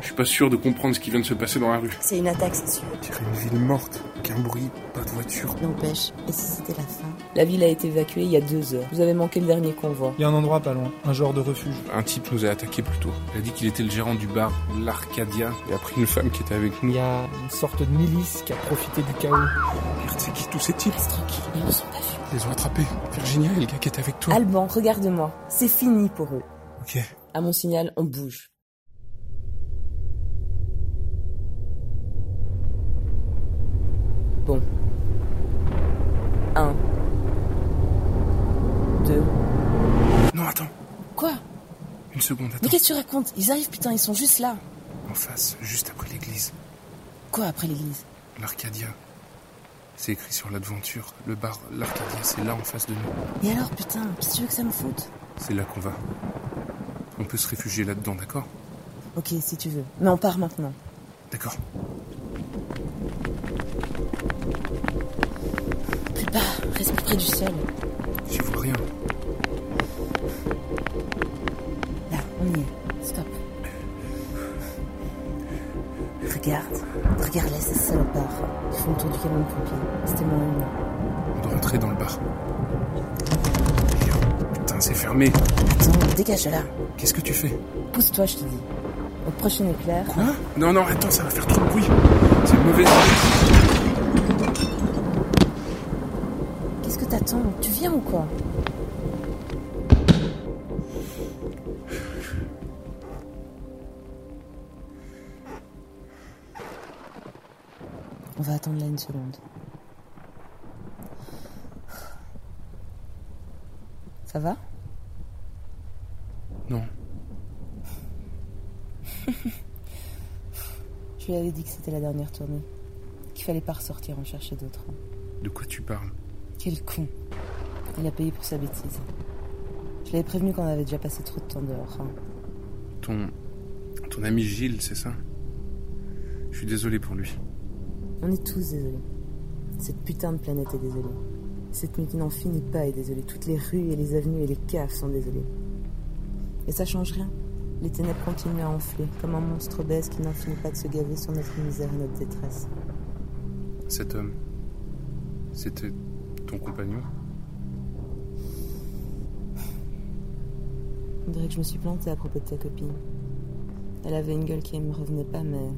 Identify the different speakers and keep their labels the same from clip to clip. Speaker 1: Je suis pas sûr de comprendre ce qui vient de se passer dans la rue.
Speaker 2: C'est une attaque, c'est sûr.
Speaker 1: On dirait une ville morte. Aucun bruit, pas de voiture.
Speaker 2: N'empêche, et si c'était la fin
Speaker 3: La ville a été évacuée il y a deux heures. Vous avez manqué le dernier convoi.
Speaker 4: Il y a un endroit pas loin, un genre de refuge.
Speaker 1: Un type nous a attaqué plus tôt. Il a dit qu'il était le gérant du bar, l'Arcadia. Il a pris une femme qui était avec nous.
Speaker 4: Il y a une sorte de milice qui a profité du chaos.
Speaker 1: Merde, c'est qui tous ces types
Speaker 2: Reste tranquille, ils ne sont pas vus.
Speaker 1: Ils les ont attrapés. Virginia et le gars qui était avec toi.
Speaker 3: Alban, regarde-moi. C'est fini pour eux.
Speaker 1: Ok.
Speaker 3: À mon signal, on bouge. Bon. Un. Deux.
Speaker 1: Non, attends.
Speaker 2: Quoi
Speaker 1: Une seconde,
Speaker 2: Mais
Speaker 1: attends.
Speaker 2: qu'est-ce que tu racontes Ils arrivent, putain, ils sont juste là.
Speaker 1: En face, juste après l'église.
Speaker 2: Quoi après l'église
Speaker 1: L'Arcadia. C'est écrit sur l'aventure. Le bar, l'Arcadia, c'est là en face de nous.
Speaker 2: Et alors, putain, qu'est-ce que tu veux que ça me foute
Speaker 1: C'est là qu'on va. On peut se réfugier là-dedans, d'accord
Speaker 2: Ok, si tu veux. Mais on part maintenant.
Speaker 1: D'accord.
Speaker 2: Plus bas, reste plus près du sol.
Speaker 1: J'y vois rien.
Speaker 2: Là, on y est. Stop. Regarde. Regarde-les, ces salopards. Ils font le tour du camion de pompiers. C'était mon moment.
Speaker 1: On doit rentrer dans le bar. Merde. Putain, c'est fermé.
Speaker 2: Attends, dégage de là.
Speaker 1: Qu'est-ce que tu fais
Speaker 2: Pousse-toi, je te dis. Au prochain éclair.
Speaker 1: Quoi Non, non, attends, ça va faire trop de bruit. C'est une mauvaise idée.
Speaker 2: Qu'est-ce que t'attends Tu viens ou quoi On va attendre là une seconde. Ça va
Speaker 1: Non.
Speaker 2: Je lui avais dit que c'était la dernière tournée. Qu'il fallait pas ressortir en chercher d'autres.
Speaker 1: De quoi tu parles
Speaker 2: Quel con. Il a payé pour sa bêtise. Je l'avais prévenu qu'on avait déjà passé trop de temps dehors. hein.
Speaker 1: Ton. Ton ami Gilles, c'est ça Je suis désolé pour lui.
Speaker 2: On est tous désolés. Cette putain de planète est désolée. Cette nuit qui n'en finit pas est désolée. Toutes les rues et les avenues et les caves sont désolées. Et ça change rien. Les ténèbres continuent à enfler, comme un monstre obèse qui n'en finit pas de se gaver sur notre misère et notre détresse.
Speaker 1: Cet homme. C'était ton compagnon
Speaker 2: On dirait que je me suis plantée à propos de ta copine. Elle avait une gueule qui ne me revenait pas, mais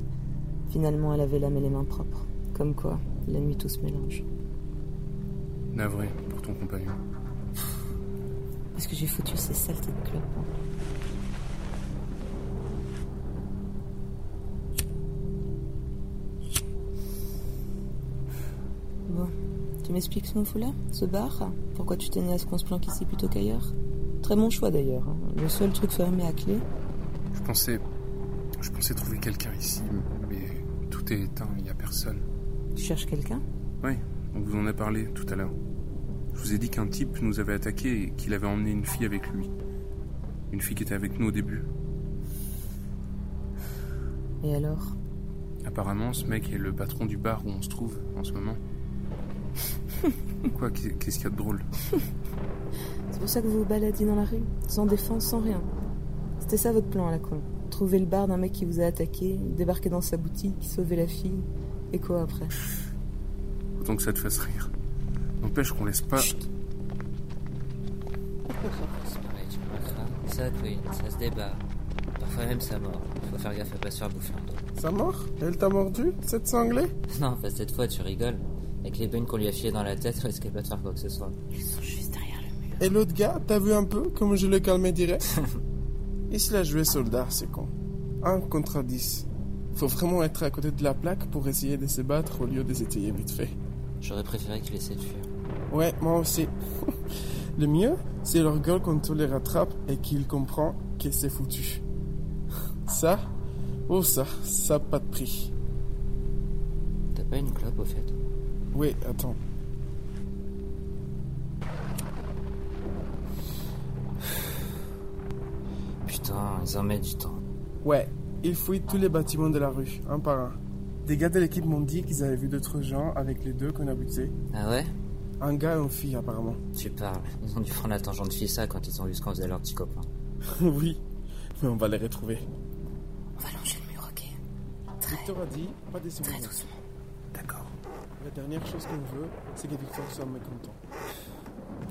Speaker 2: finalement elle avait l'âme et les mains propres. Comme quoi, la nuit tout se mélange.
Speaker 1: Navré pour ton compagnon.
Speaker 2: Parce que j'ai foutu ces saletés de clopes. hein. Bon, tu m'expliques ce qu'on fout là Ce bar Pourquoi tu tenais à ce qu'on se planque ici plutôt qu'ailleurs Très bon choix d'ailleurs. hein. Le seul truc fermé à clé.
Speaker 1: Je pensais. Je pensais trouver quelqu'un ici, mais tout est éteint, il n'y a personne.
Speaker 2: Tu cherches quelqu'un
Speaker 1: Oui, on vous en a parlé tout à l'heure. Je vous ai dit qu'un type nous avait attaqué et qu'il avait emmené une fille avec lui. Une fille qui était avec nous au début.
Speaker 2: Et alors
Speaker 1: Apparemment, ce mec est le patron du bar où on se trouve en ce moment. Quoi, qu'est- qu'est-ce qu'il y a de drôle
Speaker 2: C'est pour ça que vous vous baladez dans la rue, sans défense, sans rien. C'était ça votre plan à la con. Trouver le bar d'un mec qui vous a attaqué, débarquer dans sa boutique, sauver la fille. Et quoi après
Speaker 1: Autant que ça te fasse rire. N'empêche qu'on laisse pas.
Speaker 5: C'est pareil, tu me marqueras. Ça, Queen, ça se débat. Parfois même ça mord. Faut faire gaffe à pas se faire bouffer un doigt.
Speaker 6: Ça mort Elle t'a mordu Cette sanglée
Speaker 5: Non, enfin, cette fois, tu rigoles. Avec les bonnes qu'on lui a filées dans la tête, elle risquait pas de faire quoi que ce soit.
Speaker 2: Ils sont juste derrière le mur.
Speaker 6: Et l'autre gars, t'as vu un peu comment je le calmais direct Il se l'a joué soldat, c'est con. Un contre 10. Faut vraiment être à côté de la plaque pour essayer de se battre au lieu de s'étayer vite fait.
Speaker 5: J'aurais préféré que tu laissais le fuir.
Speaker 6: Ouais, moi aussi. le mieux, c'est leur gueule quand on les rattrape et qu'ils comprennent que c'est foutu. Ça Oh ça, ça a pas de prix.
Speaker 5: T'as pas une clope, au fait
Speaker 6: Oui, attends.
Speaker 5: Putain, ils en mettent du temps.
Speaker 6: Ouais, ils fouillent tous les bâtiments de la rue, un par un. Des gars de l'équipe m'ont dit qu'ils avaient vu d'autres gens avec les deux qu'on a butés.
Speaker 5: Ah ouais
Speaker 6: Un gars et une fille, apparemment.
Speaker 5: Tu parles. Ils ont dû prendre la tangente Fissa quand ils ont vu ce qu'on faisait à leur petit copain.
Speaker 6: oui, mais on va les retrouver.
Speaker 2: On va longer le mur, ok
Speaker 6: Victor a dit pas des
Speaker 2: Très
Speaker 6: secondes.
Speaker 2: doucement.
Speaker 1: D'accord.
Speaker 6: La dernière chose qu'on veut, c'est que Victor soit mécontent.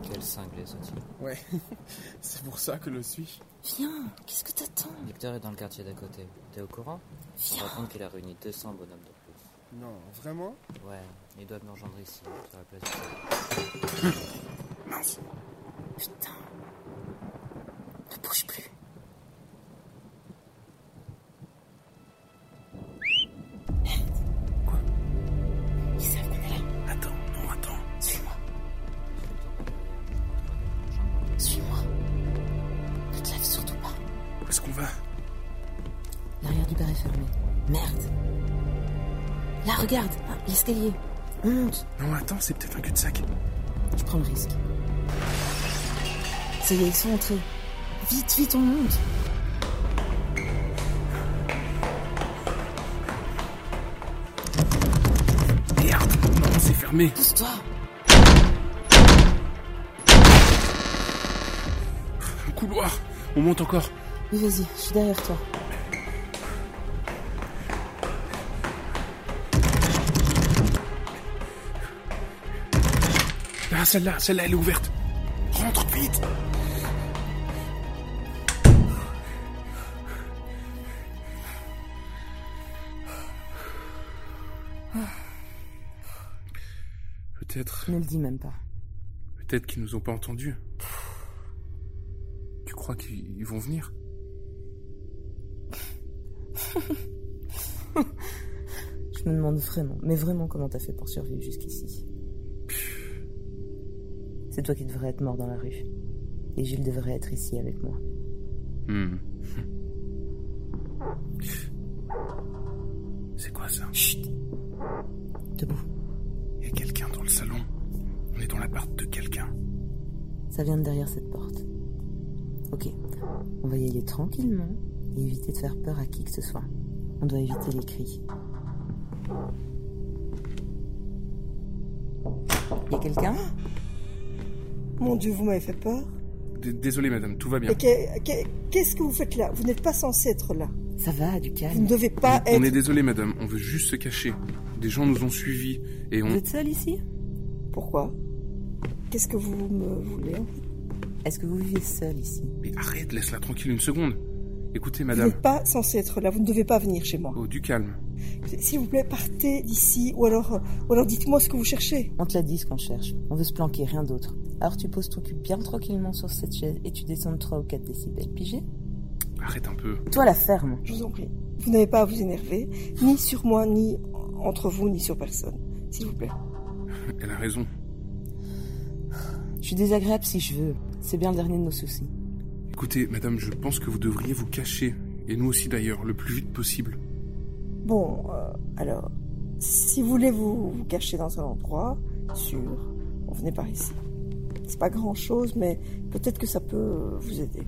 Speaker 5: Quel cinglé ce type.
Speaker 6: Ouais, c'est pour ça que le suis.
Speaker 2: Viens, qu'est-ce que t'attends
Speaker 5: Victor est dans le quartier d'à côté. T'es au courant On raconte qu'il a réuni 200 bonhommes de
Speaker 6: Non, vraiment
Speaker 5: plus. Ouais, ils doivent nous rejoindre ici, sur la place du
Speaker 1: Mince.
Speaker 2: Putain. Ne bouge plus. Merde. Quoi Ils savent qu'on est là.
Speaker 1: Attends, non, attends.
Speaker 2: Suis-moi. Suis-moi. Ne te lève surtout pas.
Speaker 1: Où est-ce qu'on va
Speaker 2: L'arrière du bar est fermé. Merde. Là, regarde. Ah, L'escalier. On monte.
Speaker 1: Non, attends, c'est peut-être un cul-de-sac.
Speaker 2: Je prends le risque. Ça y est, ils sont entrés. Vite, vite, on monte.
Speaker 1: Merde Non, c'est fermé
Speaker 2: Pousse-toi.
Speaker 1: Un couloir On monte encore
Speaker 2: Oui, vas-y, je suis derrière toi.
Speaker 1: Ah, celle-là, celle-là, elle est ouverte Rentre vite Peut-être,
Speaker 2: Ne le dis même pas.
Speaker 1: peut-être qu'ils nous ont pas entendus. Tu crois qu'ils ils vont venir
Speaker 2: Je me demande vraiment, mais vraiment comment t'as fait pour survivre jusqu'ici. C'est toi qui devrais être mort dans la rue. Et Jules devrait être ici avec moi.
Speaker 1: Hmm. C'est quoi ça
Speaker 2: Debout.
Speaker 1: Il y a quelqu'un dans le salon. On est dans l'appart de quelqu'un.
Speaker 2: Ça vient de derrière cette porte. Ok. On va y aller tranquillement et éviter de faire peur à qui que ce soit. On doit éviter les cris. Y a quelqu'un
Speaker 7: Mon Dieu, vous m'avez fait peur.
Speaker 1: D- Désolé, madame, tout va bien.
Speaker 7: Et que- que- qu'est-ce que vous faites là Vous n'êtes pas censé être là.
Speaker 2: Ça va, du
Speaker 7: Vous ne
Speaker 2: calme.
Speaker 7: devez pas
Speaker 1: On
Speaker 7: être.
Speaker 1: est désolé, madame, on veut juste se cacher. Des gens nous ont suivis et
Speaker 2: Vous
Speaker 1: on.
Speaker 2: êtes seul ici
Speaker 7: Pourquoi Qu'est-ce que vous me voulez hein? en fait
Speaker 2: Est-ce que vous vivez seul ici
Speaker 1: Mais arrête, laisse-la tranquille une seconde. Écoutez,
Speaker 7: Vous
Speaker 1: madame.
Speaker 7: n'êtes pas censé être là. Vous ne devez pas venir chez moi.
Speaker 1: Oh, du calme.
Speaker 7: S'il vous plaît, partez d'ici ou alors, euh, ou alors dites-moi ce que vous cherchez.
Speaker 2: On te l'a dit ce qu'on cherche. On veut se planquer, rien d'autre. Alors tu poses ton cul bien tranquillement sur cette chaise et tu descends de 3 ou 4 décibels. Pigé
Speaker 1: Arrête un peu.
Speaker 2: Toi, la ferme.
Speaker 7: Je vous en prie. Vous n'avez pas à vous énerver, ni sur moi, ni entre vous, ni sur personne. S'il vous plaît.
Speaker 1: Elle a raison.
Speaker 2: Je suis désagréable si je veux. C'est bien le dernier de nos soucis.
Speaker 1: Écoutez, madame, je pense que vous devriez vous cacher. Et nous aussi d'ailleurs, le plus vite possible.
Speaker 7: Bon, euh, alors, si vous voulez vous, vous cacher dans un endroit sûr, on venait par ici. C'est pas grand chose, mais peut-être que ça peut euh, vous aider.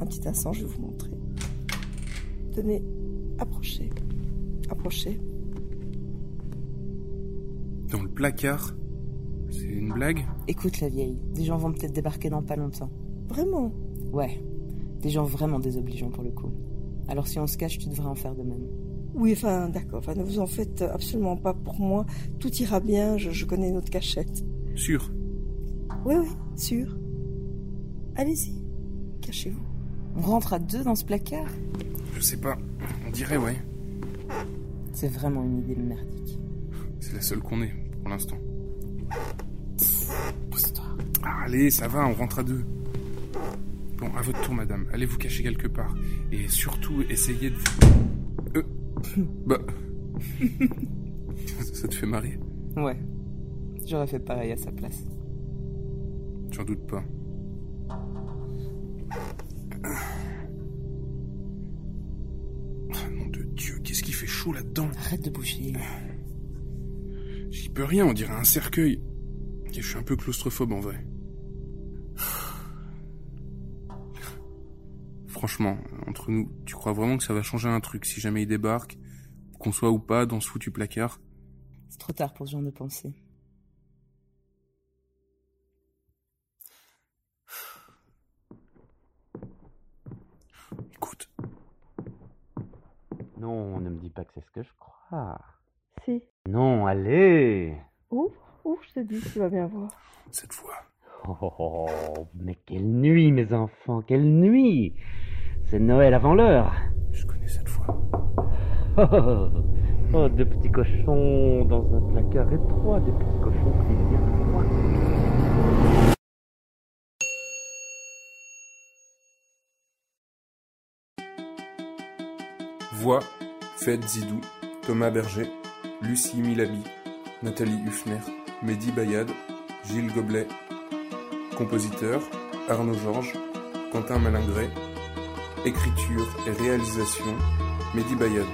Speaker 7: Un petit instant, je vais vous montrer. Tenez, approchez. Approchez.
Speaker 1: Dans le placard. C'est une blague
Speaker 2: Écoute, la vieille. Des gens vont peut-être débarquer dans pas longtemps.
Speaker 7: Vraiment
Speaker 2: Ouais. Des gens vraiment désobligeants pour le coup. Alors si on se cache, tu devrais en faire de même.
Speaker 7: Oui, enfin, d'accord. Enfin, ne vous en faites absolument pas pour moi. Tout ira bien, je, je connais notre cachette.
Speaker 1: Sûr.
Speaker 7: Oui, oui, sûr. Allez-y, cachez-vous.
Speaker 2: On rentre à deux dans ce placard
Speaker 1: Je sais pas. On dirait, ouais.
Speaker 2: C'est vraiment une idée merdique.
Speaker 1: C'est la seule qu'on ait, pour l'instant.
Speaker 2: Pousse-toi.
Speaker 1: Ah, allez, ça va, on rentre à deux. Bon, à votre tour, madame. Allez vous cacher quelque part. Et surtout, essayez de vous... Euh, Bah... ça te fait marrer
Speaker 2: Ouais. J'aurais fait pareil à sa place.
Speaker 1: J'en doute pas. Ah, nom de Dieu, qu'est-ce qui fait chaud là-dedans
Speaker 2: Arrête de bouger.
Speaker 1: J'y peux rien, on dirait un cercueil. Et je suis un peu claustrophobe en vrai. Franchement, entre nous, tu crois vraiment que ça va changer un truc si jamais il débarque, qu'on soit ou pas dans ce foutu placard
Speaker 2: C'est trop tard pour ce genre de pensée.
Speaker 1: Écoute.
Speaker 8: Non, ne me dis pas que c'est ce que je crois.
Speaker 7: Si.
Speaker 8: Non, allez
Speaker 7: Ouf, ouf, je te dis, tu vas bien voir.
Speaker 1: Cette fois,
Speaker 8: Oh, oh, oh, mais quelle nuit, mes enfants, quelle nuit C'est Noël avant l'heure
Speaker 1: je connais cette fois.
Speaker 8: Oh, oh, oh. Oh, deux petits cochons dans un placard étroit, des petits cochons pris bien étroits.
Speaker 1: Voix, Fête Zidou, Thomas Berger, Lucie Milabi, Nathalie Huffner, Mehdi Bayad, Gilles Goblet. Compositeur, Arnaud Georges, Quentin Malingré. Écriture et réalisation, Mehdi Bayad.